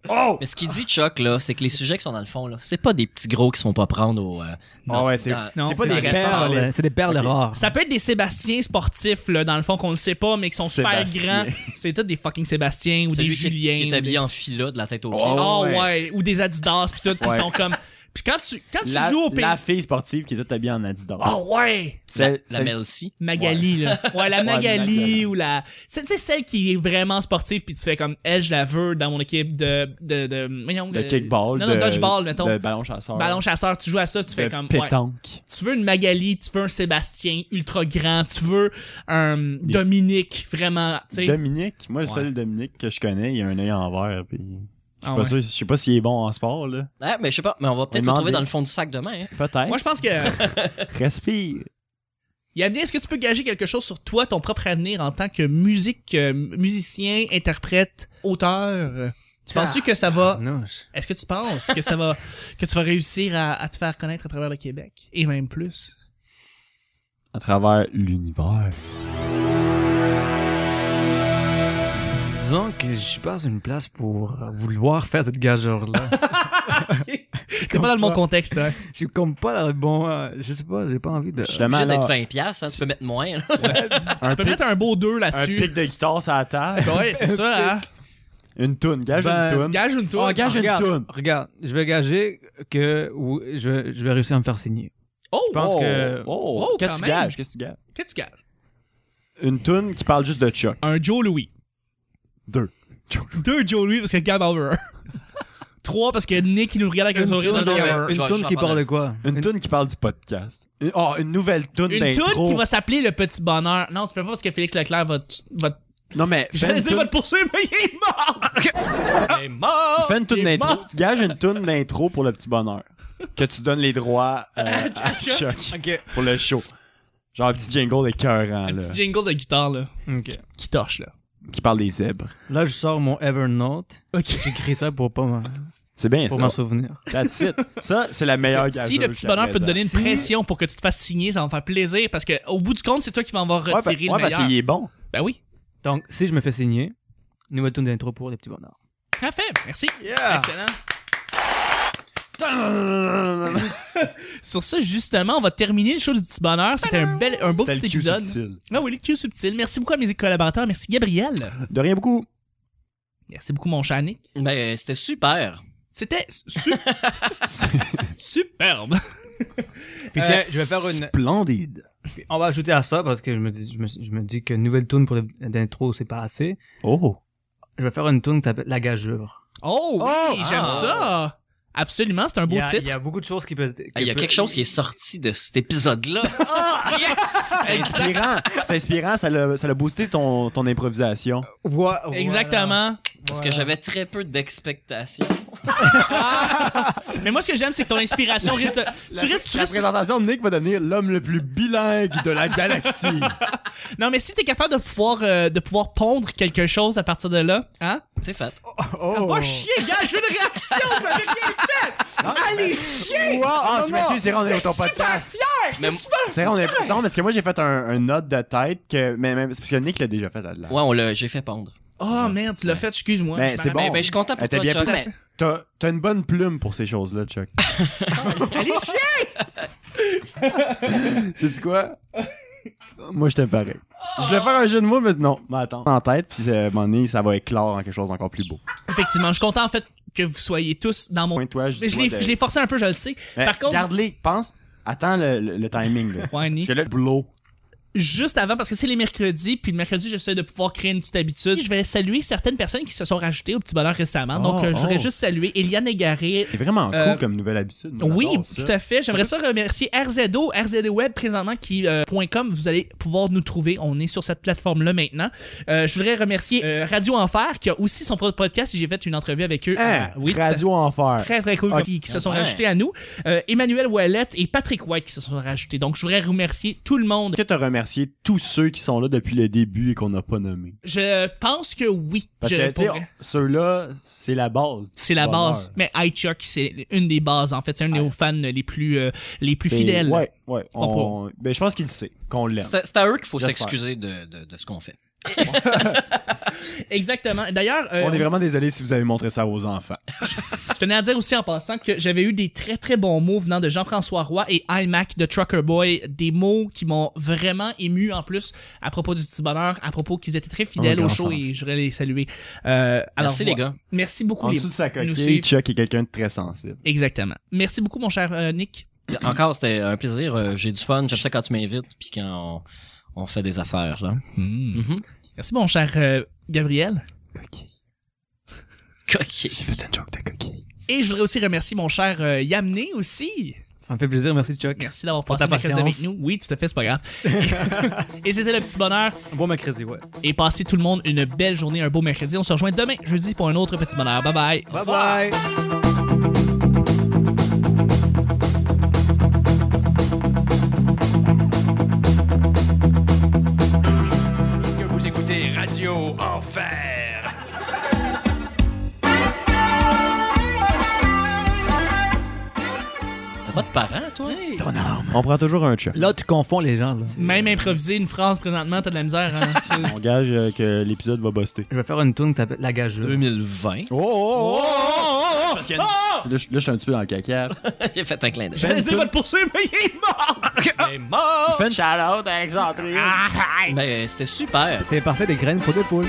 Speaker 2: Oh!
Speaker 5: Mais ce qu'il dit, Chuck, là, c'est que les sujets qui sont dans le fond, là, c'est pas des petits gros qui sont pas prendre au. euh,
Speaker 2: Ah ouais, c'est-
Speaker 5: dans-
Speaker 4: Non,
Speaker 2: c'est pas des
Speaker 5: dans-
Speaker 2: restants.
Speaker 5: dans-
Speaker 4: Perles, C'est des perles
Speaker 2: Ok.
Speaker 4: rares.
Speaker 3: Ça peut être des Sébastiens sportifs, là, dans le fond, qu'on ne sait pas, mais qui sont super
Speaker 2: Sébastien.
Speaker 3: grands. C'est tout des fucking Sébastiens ou
Speaker 5: Celui
Speaker 3: des
Speaker 5: qui-
Speaker 3: Juliens.
Speaker 5: Qui est
Speaker 3: ou des-
Speaker 5: habillé en fila de la tête au pied.
Speaker 2: Oh,
Speaker 3: Oh,
Speaker 2: ouais.
Speaker 3: ouais. Ou des Adidas, pis tout, pis
Speaker 2: Ouais.
Speaker 3: ils sont comme. Puis quand tu, quand tu
Speaker 2: la,
Speaker 3: joues au ping
Speaker 2: la fille sportive qui est toute habillée en Adidas.
Speaker 3: Oh ouais!
Speaker 5: La,
Speaker 2: Celle-
Speaker 5: la
Speaker 2: celle-
Speaker 5: Melcy.
Speaker 3: Magali, là. Ouais, la
Speaker 2: Ouais,
Speaker 3: Magali
Speaker 2: Magali.
Speaker 3: ou la. C'est tu sais, celle qui est vraiment sportive, puis tu fais comme, elle, je la veux dans mon équipe de. de, de voyons,
Speaker 2: Le
Speaker 3: de-
Speaker 2: kickball.
Speaker 3: Non, non,
Speaker 2: de-
Speaker 3: dodgeball, mettons.
Speaker 2: De ballon chasseur.
Speaker 3: Ballon chasseur, tu joues à ça, tu fais
Speaker 2: de
Speaker 3: comme. ouais.
Speaker 2: pétanque.
Speaker 3: Tu veux une Magali, tu veux un Sébastien ultra grand, tu veux un Dominique vraiment, tu sais.
Speaker 2: Dominique, moi, le
Speaker 3: Ouais.
Speaker 2: seul Dominique que je connais, il a un œil en verre. Puis...
Speaker 3: Ah
Speaker 2: Je
Speaker 3: ouais.
Speaker 2: suis pas sûr- je sais pas s'il est bon en sport, là.
Speaker 5: Ah, mais je sais pas, mais on va peut-être le
Speaker 2: Demandez.
Speaker 5: trouver dans le fond du sac demain. hein.
Speaker 2: Peut-être.
Speaker 3: Moi, je pense que.
Speaker 2: Respire.
Speaker 3: Yannick, est-ce que tu peux gager quelque chose sur toi, ton propre avenir en tant que musique, euh, musicien, interprète, auteur? Euh, Tu penses-tu que ça va
Speaker 4: Tabarnouche.
Speaker 3: Est-ce que tu penses que ça va que tu vas réussir à, à te faire connaître à travers le Québec et même plus
Speaker 2: À travers l'univers.
Speaker 4: Disons que je suis pas à une place pour euh, vouloir faire cette gageure-là.
Speaker 3: T'es pas dans le bon contexte, hein.
Speaker 4: Je suis comme pas dans le bon. euh, je sais pas, j'ai pas envie
Speaker 3: Euh,
Speaker 4: de.
Speaker 2: Justement,
Speaker 5: Obligé d'être
Speaker 2: là,
Speaker 5: 20$, piastres, hein, tu peux mettre moins. là.
Speaker 2: un,
Speaker 3: Tu peux
Speaker 2: pic,
Speaker 3: mettre un beau 2
Speaker 2: un
Speaker 3: là-dessus.
Speaker 2: pic de guitare sur la table.
Speaker 3: Ouais, c'est ça. Hein?
Speaker 2: Une toune. Gage
Speaker 4: Ben,
Speaker 2: une toune.
Speaker 3: Gage une tour.
Speaker 2: Oh, gage une
Speaker 4: regarde,
Speaker 2: toune.
Speaker 4: regarde, je vais gager que ou- je, je vais réussir à me faire signer.
Speaker 3: Oh,
Speaker 4: Je pense que.
Speaker 2: Oh,
Speaker 3: Oh,
Speaker 2: qu'est-ce
Speaker 3: quand
Speaker 2: que tu
Speaker 3: même.
Speaker 2: gages? Qu'est-ce que tu gages?
Speaker 3: qu'est-ce que tu gages
Speaker 2: Une toune qui parle juste de Chuck.
Speaker 3: Un Joe Louis,
Speaker 2: Deux.
Speaker 3: deux Joe Louis parce que Gab Over. Trois parce que Nick il nous regarde avec un sourire.
Speaker 5: toune
Speaker 3: dans le
Speaker 5: de-
Speaker 3: regard.
Speaker 5: Je
Speaker 4: Une
Speaker 5: vais-
Speaker 4: toune
Speaker 5: je vais
Speaker 4: qui
Speaker 5: prendre
Speaker 4: parle
Speaker 5: un-
Speaker 4: de quoi
Speaker 2: Une toune qui parle du podcast. Une- Oh, une nouvelle toune
Speaker 3: Une toune
Speaker 2: d'intro.
Speaker 3: qui va s'appeler le petit bonheur. Non, tu peux pas parce que Félix Leclerc va t- va t-
Speaker 2: Non, mais fais
Speaker 3: J'allais
Speaker 2: une
Speaker 3: dire
Speaker 2: toune-
Speaker 3: va te poursuivre, mais il est mort.
Speaker 5: Il est mort!
Speaker 2: Fais une toune
Speaker 3: Il est
Speaker 2: d'intro.
Speaker 3: mort.
Speaker 2: Gage une toune d'intro pour le petit bonheur. Que tu donnes les droits euh, à Chuck pour le show. Genre un petit jingle écœurant,
Speaker 3: Un
Speaker 2: Ah, là.
Speaker 3: petit jingle de guitare là,
Speaker 4: Ok.
Speaker 3: qui torche là.
Speaker 2: Qui parle des zèbres.
Speaker 4: Là, je sors mon Evernote.
Speaker 3: Ok.
Speaker 4: J'écris ça pour pas m'en-
Speaker 2: C'est bien
Speaker 4: pour
Speaker 2: ça.
Speaker 4: m'en souvenir.
Speaker 2: That's it. Ça, c'est la meilleure gageure.
Speaker 3: Si le petit bonheur peut te donner une pression pour que tu te fasses signer, ça va me faire plaisir parce que au bout du compte, c'est toi qui vas en avoir
Speaker 2: Ouais, ben,
Speaker 3: retiré
Speaker 2: ouais,
Speaker 3: le
Speaker 2: parce
Speaker 3: meilleur.
Speaker 2: qu'il est bon.
Speaker 3: Ben oui.
Speaker 4: Donc, si je me fais signer, nouvelle toune d'intro pour les petits bonheurs.
Speaker 3: Parfait. Merci. Excellent. Sur ça, justement, on va terminer le show du petit bonheur. C'était un bel, un beau
Speaker 2: T'as
Speaker 3: petit
Speaker 2: le cue
Speaker 3: épisode.
Speaker 2: subtil.
Speaker 3: Non, oui, le Q subtil. Merci beaucoup à mes collaborateurs. Merci Gabriel.
Speaker 2: De rien beaucoup.
Speaker 3: Merci beaucoup mon cher Nick.
Speaker 5: Ben, c'était super.
Speaker 3: C'était su- superbe.
Speaker 5: Euh,
Speaker 4: Puis tiens, je vais faire une.
Speaker 2: Splendide.
Speaker 4: On va ajouter à ça parce que je me dis, je me, je me dis que nouvelle tune pour le- d'intro, c'est pas assez.
Speaker 2: Oh.
Speaker 4: Je vais faire une tune qui s'appelle La Gageure.
Speaker 3: Oh, oui,
Speaker 4: Oh,
Speaker 3: j'aime
Speaker 4: ah.
Speaker 3: ça. Absolument, c'est un beau
Speaker 4: il y a,
Speaker 3: titre.
Speaker 4: Il y a beaucoup de choses qui peuvent. qui
Speaker 5: Ah, Il y a
Speaker 4: peut-
Speaker 5: quelque chose qui est sorti de cet épisode-là.
Speaker 2: Inspirant. C'est inspirant. Ça l'a ça l'a boosté ton, ton improvisation.
Speaker 4: Ouais, voilà.
Speaker 3: Exactement.
Speaker 5: Parce que j'avais très peu d'expectations.
Speaker 3: Mais moi, ce que j'aime, c'est que ton inspiration risque de... Euh, tu risques, tu
Speaker 2: La
Speaker 3: risques-
Speaker 2: présentation de Nick va devenir l'homme le plus bilingue de la galaxie.
Speaker 3: Non, mais si t'es capable de pouvoir, euh, de pouvoir pondre quelque chose à partir de là, hein?
Speaker 5: C'est fait. Ah,
Speaker 3: Oh. Va chier, gars, j'ai une réaction, vous avez rien fait! Allez chier!
Speaker 2: Wow, ah, je m'excuse, c'est vrai, on est
Speaker 3: J'étais
Speaker 2: dans ton
Speaker 3: super
Speaker 2: podcast.
Speaker 3: fier! J'étais
Speaker 5: Mais-
Speaker 3: super...
Speaker 2: C'est vrai, on est. Non, parce que moi, j'ai fait un, un note de tête que. Mais, mais- c'est parce que Nick l'a déjà fait, là.
Speaker 5: Ouais, on l'a, j'ai fait pendre.
Speaker 3: Oh merde, tu l'as fait, excuse-moi.
Speaker 2: Mais
Speaker 3: je m'en
Speaker 2: c'est
Speaker 3: rappelle.
Speaker 5: Ben, ben, je suis content pour
Speaker 2: Elle t'a
Speaker 5: toi,
Speaker 2: bien
Speaker 5: Chuck.
Speaker 2: pris, mais t'as- t'as une bonne plume pour ces choses-là, Chuck.
Speaker 3: Allez chier!
Speaker 2: C'est quoi? Moi, j'étais pareil. Je voulais faire un jeu de mots, mais non, mais Bah, attends. En tête, puis euh, à un moment donné, ça va éclore en quelque chose d'encore plus beau.
Speaker 3: Effectivement, je suis content en fait que vous soyez tous dans mon.
Speaker 2: Pointe-toi,
Speaker 3: Mais je l'ai je l'ai forcé un peu, je le sais. Par contre,
Speaker 2: Garde-les, pense. Attends le, le- le timing, là.
Speaker 3: Ouais, Nick.
Speaker 2: Parce que là, le blow.
Speaker 3: juste avant, parce que c'est les mercredis, puis le mercredi, j'essaie de pouvoir créer une petite habitude. Je vais saluer certaines personnes qui se sont rajoutées au petit bonheur récemment. Donc,
Speaker 2: Oh,
Speaker 3: euh, je voudrais
Speaker 2: oh.
Speaker 3: juste saluer Eliane Égaré.
Speaker 2: C'est vraiment
Speaker 3: Euh,
Speaker 2: cool comme nouvelle habitude. Moi,
Speaker 3: Oui,
Speaker 2: j'adore ça.
Speaker 3: tout à fait. J'aimerais ça remercier RZO, RZO Web présentement qui euh, .com, vous allez pouvoir nous trouver. On est sur cette plateforme là maintenant. Euh, je voudrais remercier euh, Radio Enfer qui a aussi son propre podcast. et J'ai fait une entrevue avec eux.
Speaker 2: Hein,
Speaker 3: Euh, oui, tout à
Speaker 2: Radio Enfer.
Speaker 3: très très cool
Speaker 2: Ok.
Speaker 3: qui, qui se sont
Speaker 5: Ouais.
Speaker 3: rajoutés à nous. Euh, Emmanuel Ouellet et Patrick White qui se sont rajoutés. Donc je voudrais remercier tout le monde.
Speaker 2: Est-ce que t'as remercié tous ceux qui sont là depuis le début et qu'on n'a pas nommé?
Speaker 3: Je pense que oui.
Speaker 2: Parce
Speaker 3: Je-
Speaker 2: que,
Speaker 3: pour
Speaker 2: tu sais,
Speaker 3: vrai.
Speaker 2: ceux-là, c'est la base.
Speaker 3: C'est la
Speaker 2: du bonheur.
Speaker 3: base. Mais iChuck, c'est une des bases, en fait. C'est un des hauts fans les plus, euh, les plus
Speaker 2: C'est-
Speaker 3: fidèles.
Speaker 2: Ouais, ouais.
Speaker 3: Comprends
Speaker 2: on- Ben, je pense qu'il le sait, qu'on l'aime.
Speaker 5: C'est, c'est à eux qu'il faut
Speaker 2: J'espère.
Speaker 5: s'excuser de, de, de ce qu'on fait.
Speaker 3: Exactement. D'ailleurs, euh,
Speaker 1: On est vraiment désolé si vous avez montré ça aux enfants.
Speaker 3: je tenais à dire aussi en passant que j'avais eu des très très bons mots venant de Jean-François Roy et iMac de Trucker Boy, des mots qui m'ont vraiment ému en plus à propos du petit bonheur, à propos qu'ils étaient très fidèles
Speaker 1: Un
Speaker 3: au
Speaker 1: grand
Speaker 3: show
Speaker 1: sens.
Speaker 3: et je voudrais les saluer. Euh, alors,
Speaker 5: Merci
Speaker 3: voilà.
Speaker 5: les gars.
Speaker 3: Merci beaucoup.
Speaker 1: En
Speaker 3: les-
Speaker 1: dessous de sa
Speaker 3: nous
Speaker 1: coquille,
Speaker 3: suivre.
Speaker 1: Chuck est quelqu'un de très sensible.
Speaker 3: Exactement. Merci beaucoup mon cher euh, Nick.
Speaker 5: Encore, c'était un plaisir. euh, J'ai du fun. J'aime ça quand tu m'invites puis quand on, on fait des affaires là.
Speaker 1: Hmm.
Speaker 5: Mhm.
Speaker 3: Merci mon cher euh, Gabriel.
Speaker 5: Ok.
Speaker 1: J'ai fait un joke de coquille.
Speaker 3: Et je voudrais aussi remercier mon cher euh, Yamné aussi.
Speaker 4: Ça me fait plaisir, merci Chuck.
Speaker 3: Merci d'avoir
Speaker 4: Pour
Speaker 3: passé
Speaker 4: ta
Speaker 3: mercredi
Speaker 4: patience.
Speaker 3: avec nous. Oui, tout à fait, c'est pas grave. et c'était le petit bonheur.
Speaker 4: Bon mercredi, ouais.
Speaker 3: Et passez tout le monde une belle journée, un beau mercredi. On se rejoint demain, jeudi, pour un autre petit bonheur. Bye bye.
Speaker 4: Bye bye.
Speaker 7: que vous écoutez Radio Enfer.
Speaker 5: T'as pas de parents, toi?
Speaker 1: On prend toujours un Chuck.
Speaker 4: Là, tu confonds les gens, là.
Speaker 3: Même improviser une phrase présentement, t'as de la misère. hein?
Speaker 1: On gage euh, que l'épisode va buster.
Speaker 4: Je vais faire une tourne qui s'appelle La Gageure.
Speaker 5: 2020.
Speaker 1: Oh, oh,
Speaker 5: Parce qu'il y a une-
Speaker 1: Là, je là, je suis un petit peu dans le caca.
Speaker 5: J'ai fait un clin d'œil.
Speaker 3: J'allais
Speaker 4: Ben,
Speaker 3: dire, va te poursuivre, mais il est mort!
Speaker 5: Il est mort!
Speaker 3: Ah,
Speaker 1: Fais une shout-out à Alexandrie.
Speaker 5: Ben, c'était super.
Speaker 4: C'est parfait des graines pour des poules.